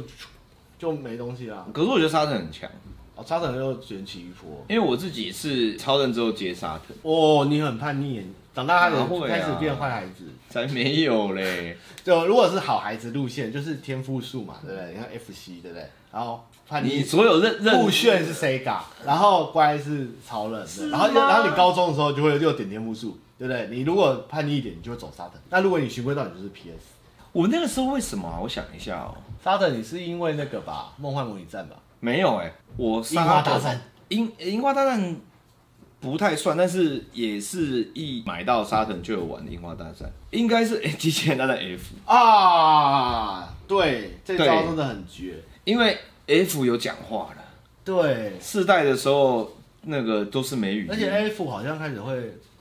Speaker 2: 就没东西啦。
Speaker 1: 可是我觉得沙特很强，
Speaker 2: 哦，沙特又卷起一波。
Speaker 1: 因为我自己是超人之后接沙特，
Speaker 2: 哦，你很叛逆，长大
Speaker 1: 哪
Speaker 2: 后
Speaker 1: 会啊
Speaker 2: 开始变坏孩子。
Speaker 1: 才没有 嘞。
Speaker 2: 就如果是好孩子路线，就是天赋数嘛，对不对？你看 FC，对不对？然后叛
Speaker 1: 你
Speaker 2: 逆。
Speaker 1: 所有认认
Speaker 2: 酷啊炫是 Sega，然后乖是超人，对然后
Speaker 1: 吗
Speaker 2: 然后你高中的时候就会六点天赋数，对不对？你如果叛逆一点，你就会走沙特。那如果你循规蹈矩，就是 PS。
Speaker 1: 我那个时候为什么啊？我想一下哦，
Speaker 2: 沙特你是因为那个吧，梦幻模拟战吧，
Speaker 1: 没有哎，我
Speaker 2: 樱花
Speaker 1: 沙
Speaker 2: 大
Speaker 1: 特
Speaker 2: 战，
Speaker 1: 樱樱花大战。不太算，但是也是一买到沙腾就有玩的樱花大战，应该是哎机器人大战 F，
Speaker 2: 啊，对，这招
Speaker 1: 对
Speaker 2: 真的很绝，
Speaker 1: 因为 F 有讲话了。
Speaker 2: 对，
Speaker 1: 四代的时候，那个都是美语。
Speaker 2: 而且哎 F 好像开始会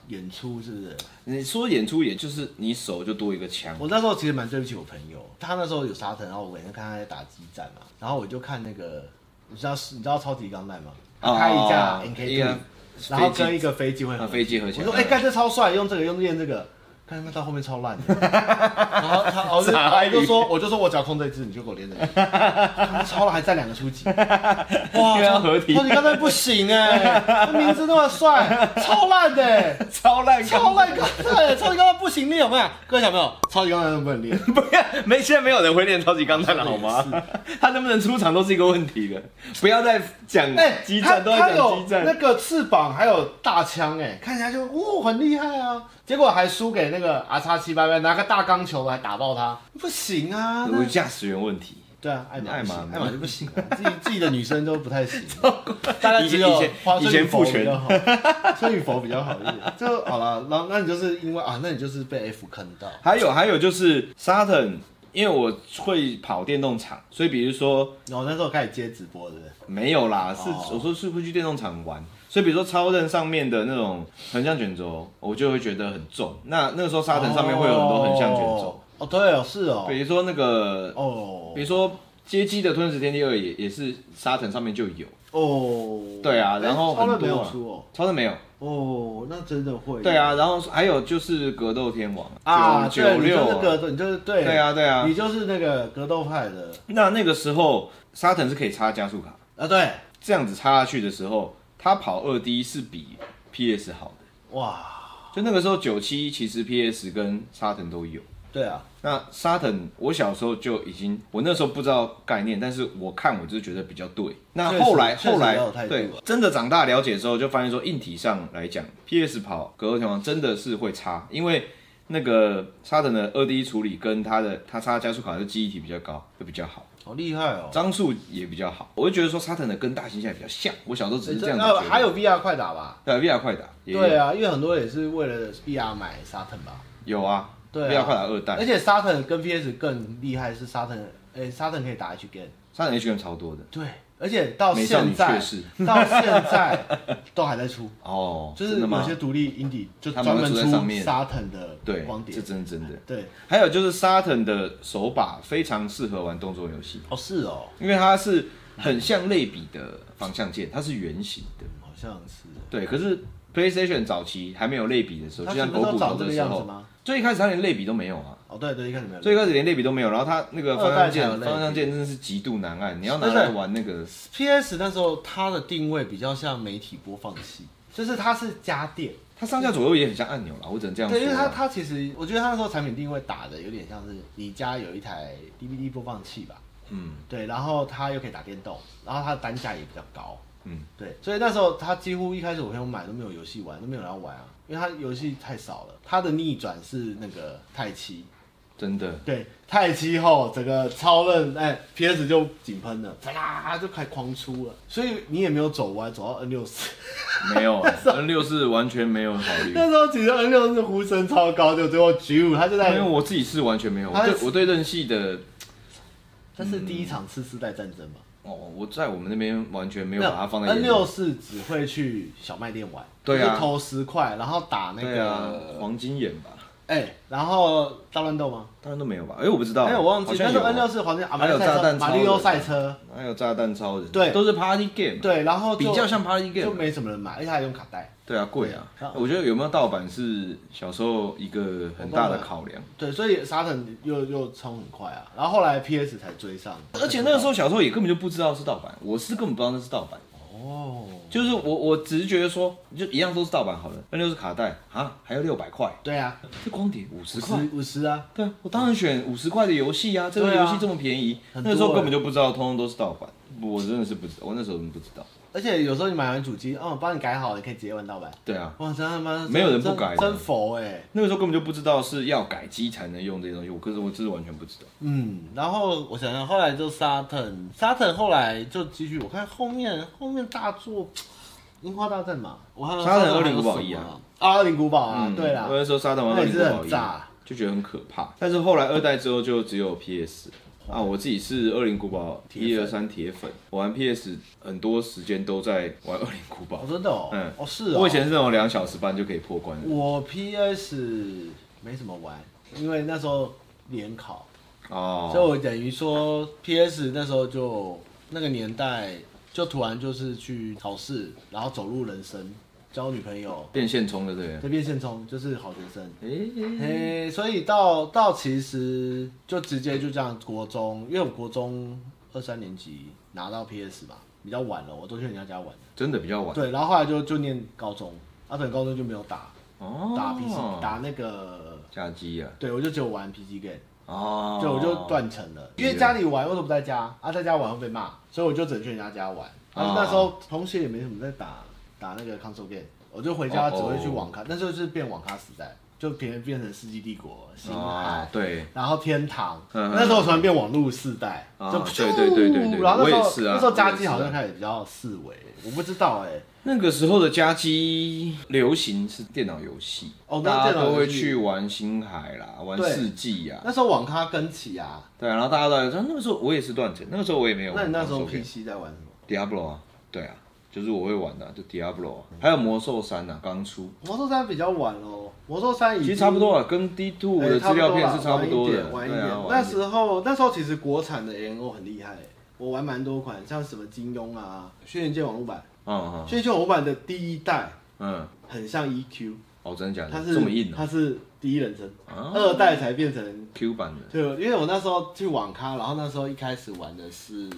Speaker 2: 演出，是不是？
Speaker 1: 你说演出，也就是你手就多一个枪。
Speaker 2: 我那时候其实蛮对不起我朋友，他那时候有沙特，然后我每天看他在打激战嘛，然后我就看那个，你知道你知道超级钢弹吗？
Speaker 1: 哦
Speaker 2: 开一架
Speaker 1: 一
Speaker 2: NK
Speaker 1: 个
Speaker 2: two。然后
Speaker 1: 飞机
Speaker 2: 跟一个飞机会合
Speaker 1: 啊飞机合起来
Speaker 2: 我说哎，干这超帅，用这个用练这个，看他到后面超烂的。 然后他我就我就说我就说我只要控这一只，你就给我练这个。他超烂还占两个初 级，哇，
Speaker 1: 因为要合体
Speaker 2: 超级刚才不行哎，他名字那么帅，超烂的哎。
Speaker 1: 超烂
Speaker 2: 超烂钢弹，超级钢弹不行练有没有？各位小朋友，超级钢弹能不 能练？
Speaker 1: 不要没，现在没有人会练超级钢弹了，好吗？他能不能出场都是一个问题的。不要再讲
Speaker 2: 哎、
Speaker 1: 激
Speaker 2: 他
Speaker 1: 战，都
Speaker 2: 他
Speaker 1: 在
Speaker 2: 有
Speaker 1: 讲激
Speaker 2: 那
Speaker 1: 战。
Speaker 2: 个翅膀，还有大枪，哎，看起来就哇、很厉害啊！结果还输给那个 R 叉七八八，拿个大钢球还打爆他，不行啊！
Speaker 1: 我
Speaker 2: 那
Speaker 1: 驾驶员问题，
Speaker 2: 对啊，艾玛
Speaker 1: 艾
Speaker 2: 不
Speaker 1: 玛
Speaker 2: 行
Speaker 1: 吗
Speaker 2: 艾玛就不行了，自己自己的女生都不太行， 大概只有
Speaker 1: 以前
Speaker 2: 花
Speaker 1: 以前
Speaker 2: 孙
Speaker 1: 父权
Speaker 2: 宇佛比较好，孙宇佛比较好一点，就好了。然后那你就是因为啊，那你就是被 F 坑到，
Speaker 1: 还有还有就是 Saturn，因为我会跑电动场，所以比如说
Speaker 2: 然后那时候开始接直播，对不对？
Speaker 1: 没有啦，是
Speaker 2: 哦
Speaker 1: 我说是会去电动场玩，所以比如说超任上面的那种横向卷轴，我就会觉得很重。那那个时候沙尘上面会有很多横向卷轴，
Speaker 2: 哦。哦，对哦，是哦，
Speaker 1: 比如说那个，
Speaker 2: 哦
Speaker 1: 比如说街机的《吞食天地二》也也是沙尘上面就有，
Speaker 2: 哦，
Speaker 1: 对啊，
Speaker 2: 哎
Speaker 1: 然后
Speaker 2: 超
Speaker 1: 很
Speaker 2: 人
Speaker 1: 多
Speaker 2: 没有
Speaker 1: 啊
Speaker 2: 出哦，
Speaker 1: 超任没有，
Speaker 2: 哦，那真的会，
Speaker 1: 对啊，然后还有就是格斗天王
Speaker 2: 啊，
Speaker 1: 九
Speaker 2: 对
Speaker 1: 九
Speaker 2: 你就是
Speaker 1: 六，
Speaker 2: 格斗，你就是对，
Speaker 1: 对啊对啊
Speaker 2: 你，就是那个格斗派的
Speaker 1: 那那个时候沙尘是可以插加速卡，
Speaker 2: 啊，对，
Speaker 1: 这样子插下去的时候，它跑二 D 是比 PS 好的。
Speaker 2: 哇，
Speaker 1: 就那个时候九七其实 PS 跟沙腾都有。
Speaker 2: 对啊，
Speaker 1: 那沙腾，我小时候就已经，我那时候不知道概念，但是我看我就是觉得比较对。那后来
Speaker 2: 确实
Speaker 1: 后来
Speaker 2: 确实有态度
Speaker 1: 对
Speaker 2: 了
Speaker 1: 真的长大了解之后，就发现说硬体上来讲，PS 跑格斗天王真的是会差，因为那个沙腾的二 D 处理跟它的它插加速卡的记忆体比较高，会比较好，
Speaker 2: 好厉害哦，
Speaker 1: 张数也比较好。我就觉得说沙腾的跟大型现在比较像，我小时候只是这样子觉
Speaker 2: 呃
Speaker 1: 得。
Speaker 2: 还有 VR 快打吧？
Speaker 1: 对 VR 呃快打也有
Speaker 2: 对啊，因为很多人也是为了 VR 买沙腾吧，
Speaker 1: 有啊，
Speaker 2: 对啊
Speaker 1: VR 快打二代
Speaker 2: 而。且沙腾跟 PS 更厉害是沙腾，诶，沙腾可以打 H game，
Speaker 1: 三点 H M 超多的
Speaker 2: 对，而且到
Speaker 1: 美少女
Speaker 2: 现在
Speaker 1: 确实
Speaker 2: 到现在都还在出，
Speaker 1: 哦，
Speaker 2: 就是
Speaker 1: 真的
Speaker 2: 有
Speaker 1: 吗？
Speaker 2: 些独立 indie 就
Speaker 1: 他
Speaker 2: 专
Speaker 1: 们会
Speaker 2: 门
Speaker 1: 出在上
Speaker 2: 出
Speaker 1: 面
Speaker 2: 沙腾的
Speaker 1: 对
Speaker 2: 光，碟
Speaker 1: 这，真真的。
Speaker 2: 对，
Speaker 1: 还有就是 Saturn 的手把非常适合玩动作游戏，
Speaker 2: 哦是哦，
Speaker 1: 因为它是很像类比的方向键，它是圆形的。
Speaker 2: 好像是。
Speaker 1: 对，可是 PlayStation 早期还没有类比的时候，
Speaker 2: 它
Speaker 1: 就像
Speaker 2: 全部
Speaker 1: 狗
Speaker 2: 都
Speaker 1: 骨头
Speaker 2: 长这
Speaker 1: 的
Speaker 2: 个
Speaker 1: 时
Speaker 2: 样子
Speaker 1: 候，
Speaker 2: 吗？
Speaker 1: 最一开始它连类比都没有啊，
Speaker 2: 哦，对对，一开始没有。
Speaker 1: 最一开始连类比都没有，然后它那个方
Speaker 2: 二代
Speaker 1: 向键
Speaker 2: 才有类比
Speaker 1: 方向键真的是极度难按，你要拿
Speaker 2: 而且
Speaker 1: 来玩那个
Speaker 2: PS 那时候它的定位比较像媒体播放器，就是它是家电，
Speaker 1: 它上下左右也很像按钮啦，我只能这样说啊
Speaker 2: 对，
Speaker 1: 啦。
Speaker 2: 因为它它其实我觉得它那时候产品定位打的有点像是你家有一台 DVD 播放器吧，
Speaker 1: 嗯
Speaker 2: 对，然后它又可以打电动，然后它的单价也比较高，
Speaker 1: 嗯，
Speaker 2: 对，所以那时候它几乎一开始我朋友买都没有游戏玩，都没有人要玩啊，因为它游戏太少了。它的逆转是那个太七，
Speaker 1: 真的
Speaker 2: 对，太七后整个超任哎、PS 就井喷了，嚓啦就开始狂出了，所以你也没有走歪，走到 N 六四。
Speaker 1: 没有 N 六是完全没有考虑。
Speaker 2: 那时候其实 N 六四呼声超高，就最后九，他就
Speaker 1: 因
Speaker 2: 在
Speaker 1: 为，我自己是完全没有，我
Speaker 2: 他是
Speaker 1: 对我对任系的，
Speaker 2: 这是第一场次世代战争嘛，
Speaker 1: 哦，我在我们那边完全没有把它放在眼
Speaker 2: N
Speaker 1: 里。
Speaker 2: 六四只会去小卖店玩，
Speaker 1: 对啊
Speaker 2: 就是投十块，然后打那
Speaker 1: 对
Speaker 2: 个，
Speaker 1: 啊，黄金眼吧，
Speaker 2: 哎、然后大乱斗吗？
Speaker 1: 当然都没有吧？哎，我不知道，
Speaker 2: 哎、我忘记
Speaker 1: 好，
Speaker 2: 那
Speaker 1: 像
Speaker 2: 时
Speaker 1: 有
Speaker 2: 候 N 六四黄金啊，
Speaker 1: 还有炸弹
Speaker 2: 马里
Speaker 1: 超
Speaker 2: 奥
Speaker 1: 人
Speaker 2: 赛车，
Speaker 1: 还有炸弹超人，
Speaker 2: 对
Speaker 1: 都是 party game，，
Speaker 2: 对，然后就
Speaker 1: 比较像 party
Speaker 2: 就
Speaker 1: game，
Speaker 2: 没什么人买，而且还用卡带。
Speaker 1: 对啊，贵啊
Speaker 2: 对啊。
Speaker 1: 我觉得有没有盗版是小时候一个很大的考量，
Speaker 2: 对，所以沙腾又又冲很快啊，然后后来 PS 才追上，
Speaker 1: 而且那个时候小时候也根本就不知道是盗版，我是根本不知道那是盗版。
Speaker 2: 哦，
Speaker 1: 就是我，我只是觉得说，就一样都是盗版好了。N 六是卡带啊，还要六百块，
Speaker 2: 对啊，
Speaker 1: 这光碟五十
Speaker 2: 五十
Speaker 1: 块，
Speaker 2: 五十啊，
Speaker 1: 对啊，我当然选五十块的游戏啊，这个
Speaker 2: 对啊
Speaker 1: 游戏这么便宜，
Speaker 2: 很多欸
Speaker 1: 那时候根本就不知道，通通都是盗版。我真的是不知道，我那时候真的不知道。
Speaker 2: 而且有时候你买完主机，哦，帮你改好了，你可以直接玩盗版。
Speaker 1: 对啊，
Speaker 2: 哇，真他妈
Speaker 1: 没有人
Speaker 2: 真
Speaker 1: 不改的
Speaker 2: 真佛哎、
Speaker 1: 那个时候根本就不知道是要改机才能用这些东西，我可是我真是完全不知道。
Speaker 2: 嗯，然后我想想，后来就沙腾，沙腾后来就继续，我看后面后面大作。樱花大战嘛，我看
Speaker 1: 沙腾
Speaker 2: 还有
Speaker 1: 20古堡
Speaker 2: 什么
Speaker 1: 一嗯啊
Speaker 2: 啊，二零古堡啊，对啦
Speaker 1: 我，那时候沙滩玩
Speaker 2: 那
Speaker 1: 二零
Speaker 2: 也是
Speaker 1: 不好
Speaker 2: 很
Speaker 1: 意
Speaker 2: 炸
Speaker 1: 就觉得很可 怕。但是后来二代之后就只有 PS 啊，我自己是二零古堡一
Speaker 2: 哦铁
Speaker 1: 二
Speaker 2: 粉
Speaker 1: 三铁粉，我玩 PS 很多时间都在玩二零古堡
Speaker 2: 哦，。真的哦，
Speaker 1: 嗯
Speaker 2: 哦是哦，嗯
Speaker 1: 我以前是那种两小时半就可以破关的
Speaker 2: 我 PS 没什么玩，因为那时候联考，
Speaker 1: 哦，
Speaker 2: 所以我等于说 PS 那时候就那个年代就突然就是去考试，然后走入人生，交女朋友，
Speaker 1: 变现充的对了。
Speaker 2: 这变现充就是好学生。
Speaker 1: 诶
Speaker 2: 嘿，所以到到其实就直接就这样，国中，因为我国中二三年级拿到 PS 嘛，比较晚了，我都去人家家玩。
Speaker 1: 真的比较晚
Speaker 2: 对，然后后来就就念高中，啊，等高中就没有打
Speaker 1: 哦，
Speaker 2: 打 PC，、打那个
Speaker 1: 架机啊，
Speaker 2: 对，我就只有玩 PC game，
Speaker 1: 哦，
Speaker 2: 就我就断层了，因为家里玩为什么不在家啊？在家玩会被骂，所以我就只能去人家家玩。但是那时
Speaker 1: 哦
Speaker 2: 候同学也没什么在打打那个 console game，我就回
Speaker 1: 哦
Speaker 2: 家只会去网咖，那时候就是变网咖时代，就变变成世纪帝国、星
Speaker 1: 啊
Speaker 2: 海，，
Speaker 1: 对，
Speaker 2: 然后天堂，
Speaker 1: 嗯嗯
Speaker 2: 那时候突然变网络世代，
Speaker 1: 啊
Speaker 2: 就
Speaker 1: 对对对对对
Speaker 2: 然后那时候
Speaker 1: 我也是啊
Speaker 2: 那时候家
Speaker 1: 我也
Speaker 2: 机
Speaker 1: 是啊
Speaker 2: 好像开始比较四维，我不知道哎、
Speaker 1: 那个时候的家机流行是电脑游戏，
Speaker 2: 哦那
Speaker 1: 大家
Speaker 2: 电脑游戏
Speaker 1: 都会去玩星海啦，玩啊
Speaker 2: 对
Speaker 1: 世纪呀，
Speaker 2: 那时候网咖跟起啊，
Speaker 1: 对，然后大家都在，那个时候我也是断层，那个时候我也没有
Speaker 2: 那
Speaker 1: 玩
Speaker 2: 你
Speaker 1: 过
Speaker 2: 那
Speaker 1: 手
Speaker 2: 时候
Speaker 1: 柄，
Speaker 2: PC 在玩什么？
Speaker 1: Diablo 啊，对啊，就是我会玩的、就 Diablo，、啊、还有魔兽三啊，刚出，
Speaker 2: 魔兽三比较晚哦，魔兽三已
Speaker 1: 其
Speaker 2: 经
Speaker 1: 实差不多啊，跟 D Two
Speaker 2: 哎
Speaker 1: 的资料片
Speaker 2: 啦
Speaker 1: 是差不多的，
Speaker 2: 晚
Speaker 1: 对
Speaker 2: 一点，晚一
Speaker 1: 啊
Speaker 2: 点。
Speaker 1: 晚
Speaker 2: 那
Speaker 1: 一点
Speaker 2: 时候那时候其实国产的 A N O 很厉害，我玩蛮多款，像什么金庸啊，《轩辕剑网络版》，
Speaker 1: 嗯
Speaker 2: 《
Speaker 1: 嗯
Speaker 2: 轩辕剑网络版》的第一代
Speaker 1: 嗯，
Speaker 2: 很像 E Q，
Speaker 1: 哦，真的假
Speaker 2: 它
Speaker 1: 的？
Speaker 2: 是
Speaker 1: 这么硬啊？
Speaker 2: 它是第一人称，
Speaker 1: 啊
Speaker 2: 二代才变成。
Speaker 1: Q 版的，，
Speaker 2: 对，因为我那时候去网咖，然后那时候一开始玩的是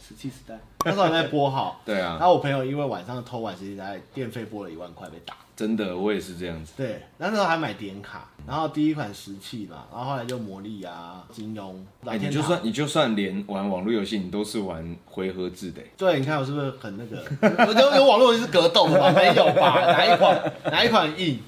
Speaker 2: 石器时代，那时候还在拨号
Speaker 1: 对
Speaker 2: 然
Speaker 1: 啊，
Speaker 2: 后我朋友因为晚上偷玩石器时代，电费拨了一万块被打。
Speaker 1: 真的，我也是这样子。
Speaker 2: 对，那时候还买点卡，然后第一款石器嘛，然后后来就魔力啊、金庸、
Speaker 1: 哎，
Speaker 2: 蓝
Speaker 1: 你
Speaker 2: 天
Speaker 1: 就
Speaker 2: 堂。
Speaker 1: 算你就算连玩网络游戏，你都是玩回合制的欸，
Speaker 2: 对，你看我是不是很那个？我觉得有网络游戏是格斗的吧？没有吧？哪一款哪一款硬？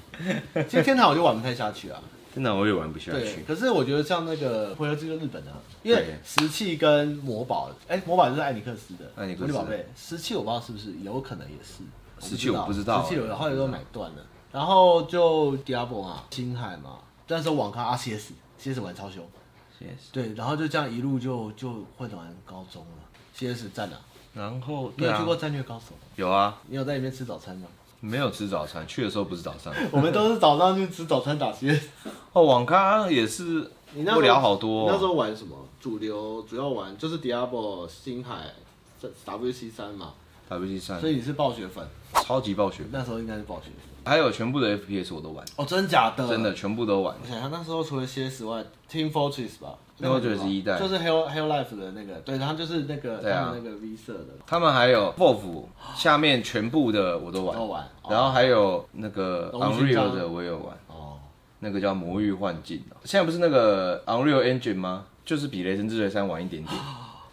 Speaker 2: 其实天堂我就玩不太下去啊。
Speaker 3: 真的我也玩不下
Speaker 2: 对，
Speaker 3: 去。
Speaker 2: 可是我觉得像那个回合制就日本的啊，因为
Speaker 1: 对
Speaker 2: 石器跟魔宝，哎，魔宝就是艾尼克斯的，
Speaker 3: 艾尼克斯
Speaker 2: 魔力宝贝，石器我不知道是不是，有可能也是。
Speaker 3: 石器我不知道
Speaker 2: 石器
Speaker 3: 哎
Speaker 2: 有，后来都买断了。然后就 Diablo 嘛，啊星海嘛，那时候网咖啊 RCS，CS 玩超凶，
Speaker 3: Yes
Speaker 2: 对，然后就这样一路就就混完高中了，CS 战了。
Speaker 3: 然后
Speaker 2: 你
Speaker 3: 对
Speaker 2: 有
Speaker 3: 啊
Speaker 2: 去，过战略高手吗？
Speaker 3: 有啊，
Speaker 2: 你有在里面吃早餐 吗？
Speaker 3: 没有吃早餐，去的时候不是早上。
Speaker 2: 我们都是早上去吃早餐打 CS。
Speaker 3: 哦，网咖也是
Speaker 2: 你那时候
Speaker 3: 不聊好多
Speaker 2: 你那时
Speaker 3: 哦、
Speaker 2: 候玩什么？主流主要玩就是 Diablo、星海、WC 三嘛，
Speaker 3: WG 三
Speaker 2: 所以你是暴雪粉，
Speaker 3: 超级暴雪，
Speaker 2: 那时候应该是暴雪粉。
Speaker 3: 还有全部的 FPS 我都玩，
Speaker 2: 哦，真假的？
Speaker 3: 真的。全部都玩。
Speaker 2: 我想想，那时候除了 CS 外，Team Fortress 吧
Speaker 3: Team Fortress 一代
Speaker 2: 就是 Hell Hell Life 的那个，对，然后就是那个
Speaker 3: 对啊
Speaker 2: 他们那个 V 社的，
Speaker 3: 他们还有 VOV 下面全部的我都玩，
Speaker 2: 都玩哦
Speaker 3: 然后还有那个
Speaker 2: 龙与勋章
Speaker 3: Unreal 的我也有玩，
Speaker 2: 哦，
Speaker 3: 那个叫《魔域幻境》哦。现在不是那个 Unreal Engine 吗？就是比《雷神之锤三》晚一点点。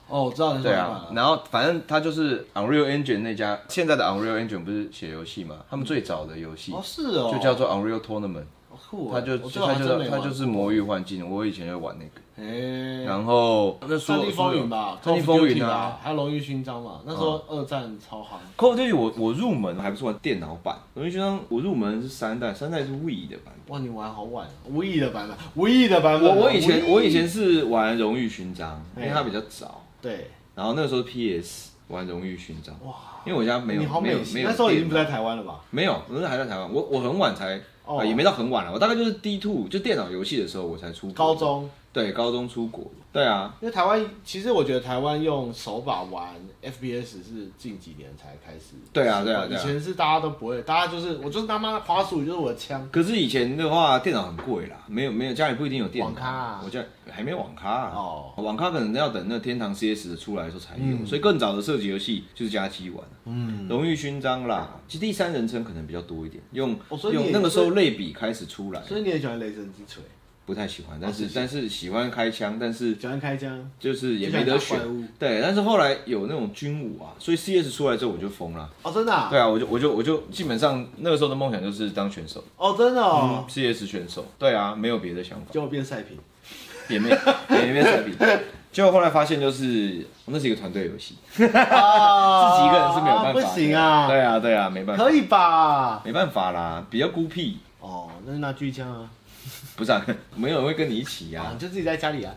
Speaker 2: 哦，我知道你说
Speaker 3: 对
Speaker 2: 哪款
Speaker 3: 啊
Speaker 2: 了，，
Speaker 3: 然后反正它就是 Unreal Engine 那家，现在的 Unreal Engine 不是写游戏吗？他们最早的游戏
Speaker 2: 哦是哦，
Speaker 3: 就叫做 Unreal Tournament，
Speaker 2: 好酷哦，
Speaker 3: 它就
Speaker 2: 我这个
Speaker 3: 它
Speaker 2: 还
Speaker 3: 就
Speaker 2: 真没
Speaker 3: 它
Speaker 2: 玩
Speaker 3: 就是魔域幻境，我以前就玩那个。
Speaker 2: 哎，
Speaker 3: 然后那所
Speaker 2: 战
Speaker 3: 有
Speaker 2: 地风云吧，
Speaker 3: 所有战地风云啊嗯
Speaker 2: 啊，还有荣誉勋章嘛，那时候二战超夯。
Speaker 1: Call of Duty 我我入门还不是玩电脑版，荣誉勋章我入门是三代，三代是 We 的版
Speaker 2: 哇，你玩好晚啊，无意的版本，无意的版
Speaker 1: 本。
Speaker 2: 本啊。
Speaker 1: 我我以前
Speaker 2: 无意
Speaker 1: 我以前是玩荣誉勋章，因为
Speaker 2: 哎
Speaker 1: 它比较早，
Speaker 2: 对，
Speaker 1: 然后那个时候 PS 玩荣誉勋章，
Speaker 2: 哇，
Speaker 1: 因为我家啊没有
Speaker 2: 你好
Speaker 1: 没有
Speaker 2: 美系，
Speaker 1: 没有
Speaker 2: 那时候已经不
Speaker 1: 电脑
Speaker 2: 在台湾了吧？
Speaker 1: 没有，我那时候还在台湾，我我很晚才。
Speaker 2: 哦
Speaker 1: 啊，也没到很晚了，我大概就是 D two 就电脑游戏的时候我才出国
Speaker 2: 高中，
Speaker 1: 对，高中出国，对啊，
Speaker 2: 因为台湾其实我觉得台湾用手把玩 FPS 是近几年才开始。
Speaker 1: 对啊对啊对
Speaker 2: 以
Speaker 1: 啊
Speaker 2: 前是大家都不会，大家就是我就是他妈滑鼠就是我的枪。
Speaker 1: 可是以前的话，电脑很贵啦，没有没有，家里不一定有电脑。
Speaker 2: 网咖啊
Speaker 1: 我家还没网咖、啊、
Speaker 2: 哦嗯
Speaker 1: 网咖可能要等那天堂 CS 的出来的时候才有，所以更早的射击游戏就是家机玩，嗯，荣誉勋章啦，其实第三人称可能比较多一点，用、
Speaker 2: 哦所以你
Speaker 1: 用
Speaker 2: 也
Speaker 1: 那个时候类比开始出来，
Speaker 2: 所以你也喜欢雷神之锤，
Speaker 1: 不太喜欢，但
Speaker 2: 哦
Speaker 1: 是、但是喜欢开枪，但是
Speaker 2: 喜欢开枪，
Speaker 1: 就是也没得选
Speaker 2: 就想打怪物，
Speaker 1: 对，但是后来有那种军武啊，所以 CS 出来之后我就疯了，
Speaker 2: 哦，真的啊，
Speaker 3: 对啊，我就我就我就基本上那个时候的梦想就是当选手
Speaker 2: 哦，真的哦，
Speaker 1: 嗯
Speaker 3: ，CS 选手。对啊，没有别的想法，
Speaker 2: 结果 变赛评。
Speaker 1: 也没也没在比。 结果后来发现就是哦那是一个团队游戏，
Speaker 2: 啊
Speaker 1: 自己一个人是没有办法的、
Speaker 2: 不行啊，
Speaker 1: 对啊，对啊，没办法，
Speaker 2: 可以吧？
Speaker 1: 没办法啦，比较孤僻，
Speaker 2: 哦，那就拿狙击枪啊，
Speaker 1: 不是、啊， 没有人会跟你一起
Speaker 2: 啊，
Speaker 1: 呀、
Speaker 2: 你就自己在家 里啊，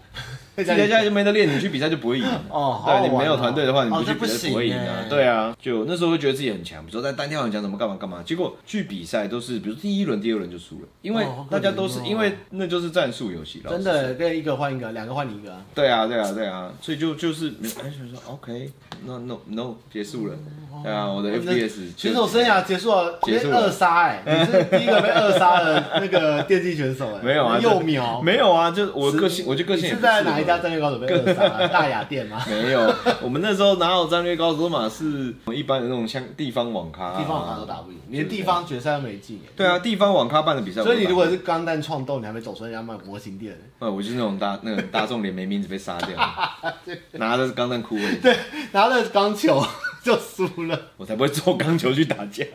Speaker 1: 自己在家里就没得练，你去比赛就不会赢。
Speaker 2: 哦好好玩哦
Speaker 1: 对，你没有团队的话，你不去比
Speaker 2: 哦这不
Speaker 1: 赛
Speaker 2: 行
Speaker 1: 不会赢啊
Speaker 2: 欸。
Speaker 1: 对啊，就那时候会觉得自己很强，比如说在单挑很强，怎么干嘛干嘛。结果去比赛都是，比如第一轮、第二轮就输了，因为
Speaker 2: 哦好可怜
Speaker 1: 大家都是
Speaker 2: 哦
Speaker 1: 因为那就是战术游戏，老实
Speaker 2: 真
Speaker 1: 说
Speaker 2: 的跟一个换一个，两个换你一个啊。
Speaker 1: 对啊，对啊，对啊，所以就就是没哎，就说 OK，no no no，结束了。对啊，我的 FPS
Speaker 2: 哦选手生涯结束了，
Speaker 1: 结
Speaker 2: 被
Speaker 1: 束了
Speaker 2: 扼杀 哎，你是第一个被扼杀的那个电竞选手哎，
Speaker 1: 没有啊，
Speaker 2: 幼
Speaker 1: 这
Speaker 2: 苗，
Speaker 1: 没有啊，就我个性，我就个性
Speaker 2: 你
Speaker 1: 也
Speaker 2: 是
Speaker 1: 不
Speaker 2: 在
Speaker 1: 适合
Speaker 2: 哪一家？战略高手被扼杀 啊？大雅店吗？
Speaker 1: 没有，我们那时候哪有战略高手嘛，是一般的那种像地方网咖啊，
Speaker 2: 地方好像都打不赢，连地方决赛都没进哎。
Speaker 1: 对啊，地方网咖办的比赛我都
Speaker 2: 所
Speaker 1: 打，
Speaker 2: 以你如果是钢弹创动，你还没走出人家卖模型店，欸
Speaker 1: 呃，我就是那种大那种大众脸没名字被杀掉， 拿着钢弹哭而已，
Speaker 2: 拿了钢球 就输了，
Speaker 1: 我才不会做钢球去打架。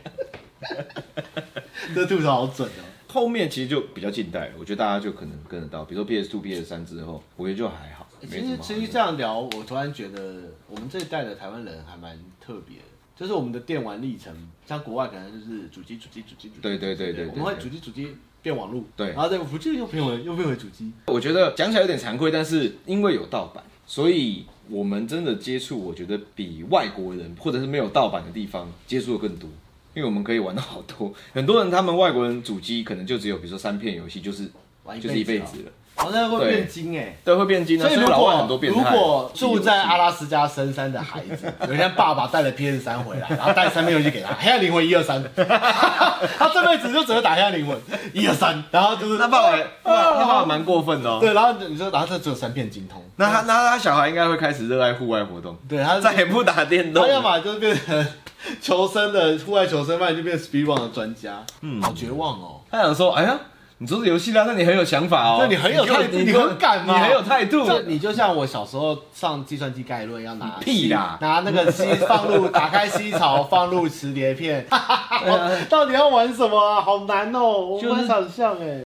Speaker 2: 这吐槽好准哦。
Speaker 1: 后面其实就比较近代了，我觉得大家就可能跟得到，比如说 PS Two、PS 三之后，我觉得就还好，
Speaker 2: 欸
Speaker 1: 没
Speaker 2: 其
Speaker 1: 什么
Speaker 2: 实
Speaker 1: 好
Speaker 2: 其实这样聊，我突然觉得我们这一代的台湾人还蛮特别的，就是我们的电玩历程，像国外可能就是主机主机主机主机，
Speaker 1: 对对对对对
Speaker 2: 我们会主机主机变网路，
Speaker 1: 对
Speaker 2: 然后再不就又变回又变回主机，
Speaker 1: 我觉得讲起来有点惭愧，但是因为有盗版，所以我们真的接触，我觉得比外国人或者是没有盗版的地方接触的更多，因为我们可以玩到好多。很多人他们外国人主机可能就只有比如说三片游戏，就是
Speaker 2: 玩
Speaker 1: 就是一辈
Speaker 2: 哦
Speaker 1: 子了，
Speaker 2: 好像会变精哎、
Speaker 3: 对，会变精啊，
Speaker 2: 所以
Speaker 3: 所以
Speaker 2: 如
Speaker 3: 老外
Speaker 2: 果
Speaker 3: 很多变
Speaker 2: 如
Speaker 3: 态。
Speaker 2: 果住在阿拉斯加深山的孩 子，有一天爸爸带了 PS 三回来，然后带三片游戏给他，《黑暗灵魂》一二三， 他这辈子就只会打《黑暗灵魂》一二三，然后就是
Speaker 3: 那爸爸，爸爸他爸爸蛮过分的哦。
Speaker 2: 对，然后你说，然后这只有三片精通，
Speaker 3: 那他那他小孩应该会开始热爱户外活动，
Speaker 2: 对他
Speaker 3: 再也不打电动
Speaker 2: 他
Speaker 3: 了。
Speaker 2: 要么就是变成求生的户外求生，不然就变 speed run 的专家，嗯，好绝望哦。
Speaker 3: 他想说，哎呀，你做这游戏啦，那你很有想法哦，
Speaker 2: 那你很有
Speaker 3: 给我
Speaker 2: 态度，
Speaker 3: 你
Speaker 2: 你
Speaker 3: 给我
Speaker 2: 很敢嘛，
Speaker 3: 你很有态度。
Speaker 2: 这你就像我小时候上计算机概论要拿
Speaker 3: 屁啦
Speaker 2: 拿那个吸放入打开吸 槽放啊入磁碟片，到底要玩什么啊？好难哦，我无法想象哎。